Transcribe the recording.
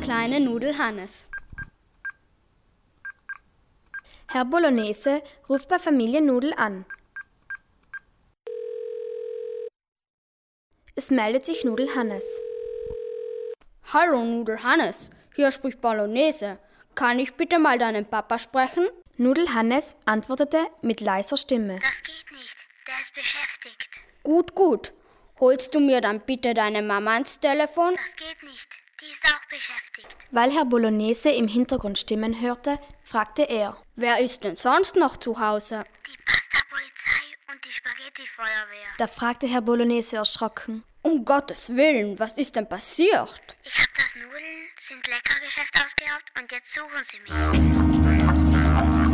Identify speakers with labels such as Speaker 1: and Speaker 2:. Speaker 1: kleine Nudel Hannes.
Speaker 2: Herr Bolognese ruft bei Familie Nudel an. Es meldet sich Nudel Hannes.
Speaker 1: Hallo Nudel Hannes, hier spricht Bolognese. Kann ich bitte mal deinen Papa sprechen?
Speaker 2: Nudel Hannes antwortete mit leiser Stimme.
Speaker 3: Das geht nicht. Der ist beschäftigt.
Speaker 1: Gut, gut. Holst du mir dann bitte deine Mama ans Telefon?
Speaker 3: Das geht nicht. Die ist auch beschäftigt.
Speaker 2: Weil Herr Bolognese im Hintergrund Stimmen hörte, fragte er.
Speaker 1: Wer ist denn sonst noch zu Hause?
Speaker 3: Die Pasta-Polizei und die Spaghetti-Feuerwehr.
Speaker 2: Da fragte Herr Bolognese erschrocken.
Speaker 1: Um Gottes Willen, was ist denn passiert?
Speaker 3: Ich hab das Nudeln sind lecker Geschäft ausgeraubt und jetzt suchen sie mich.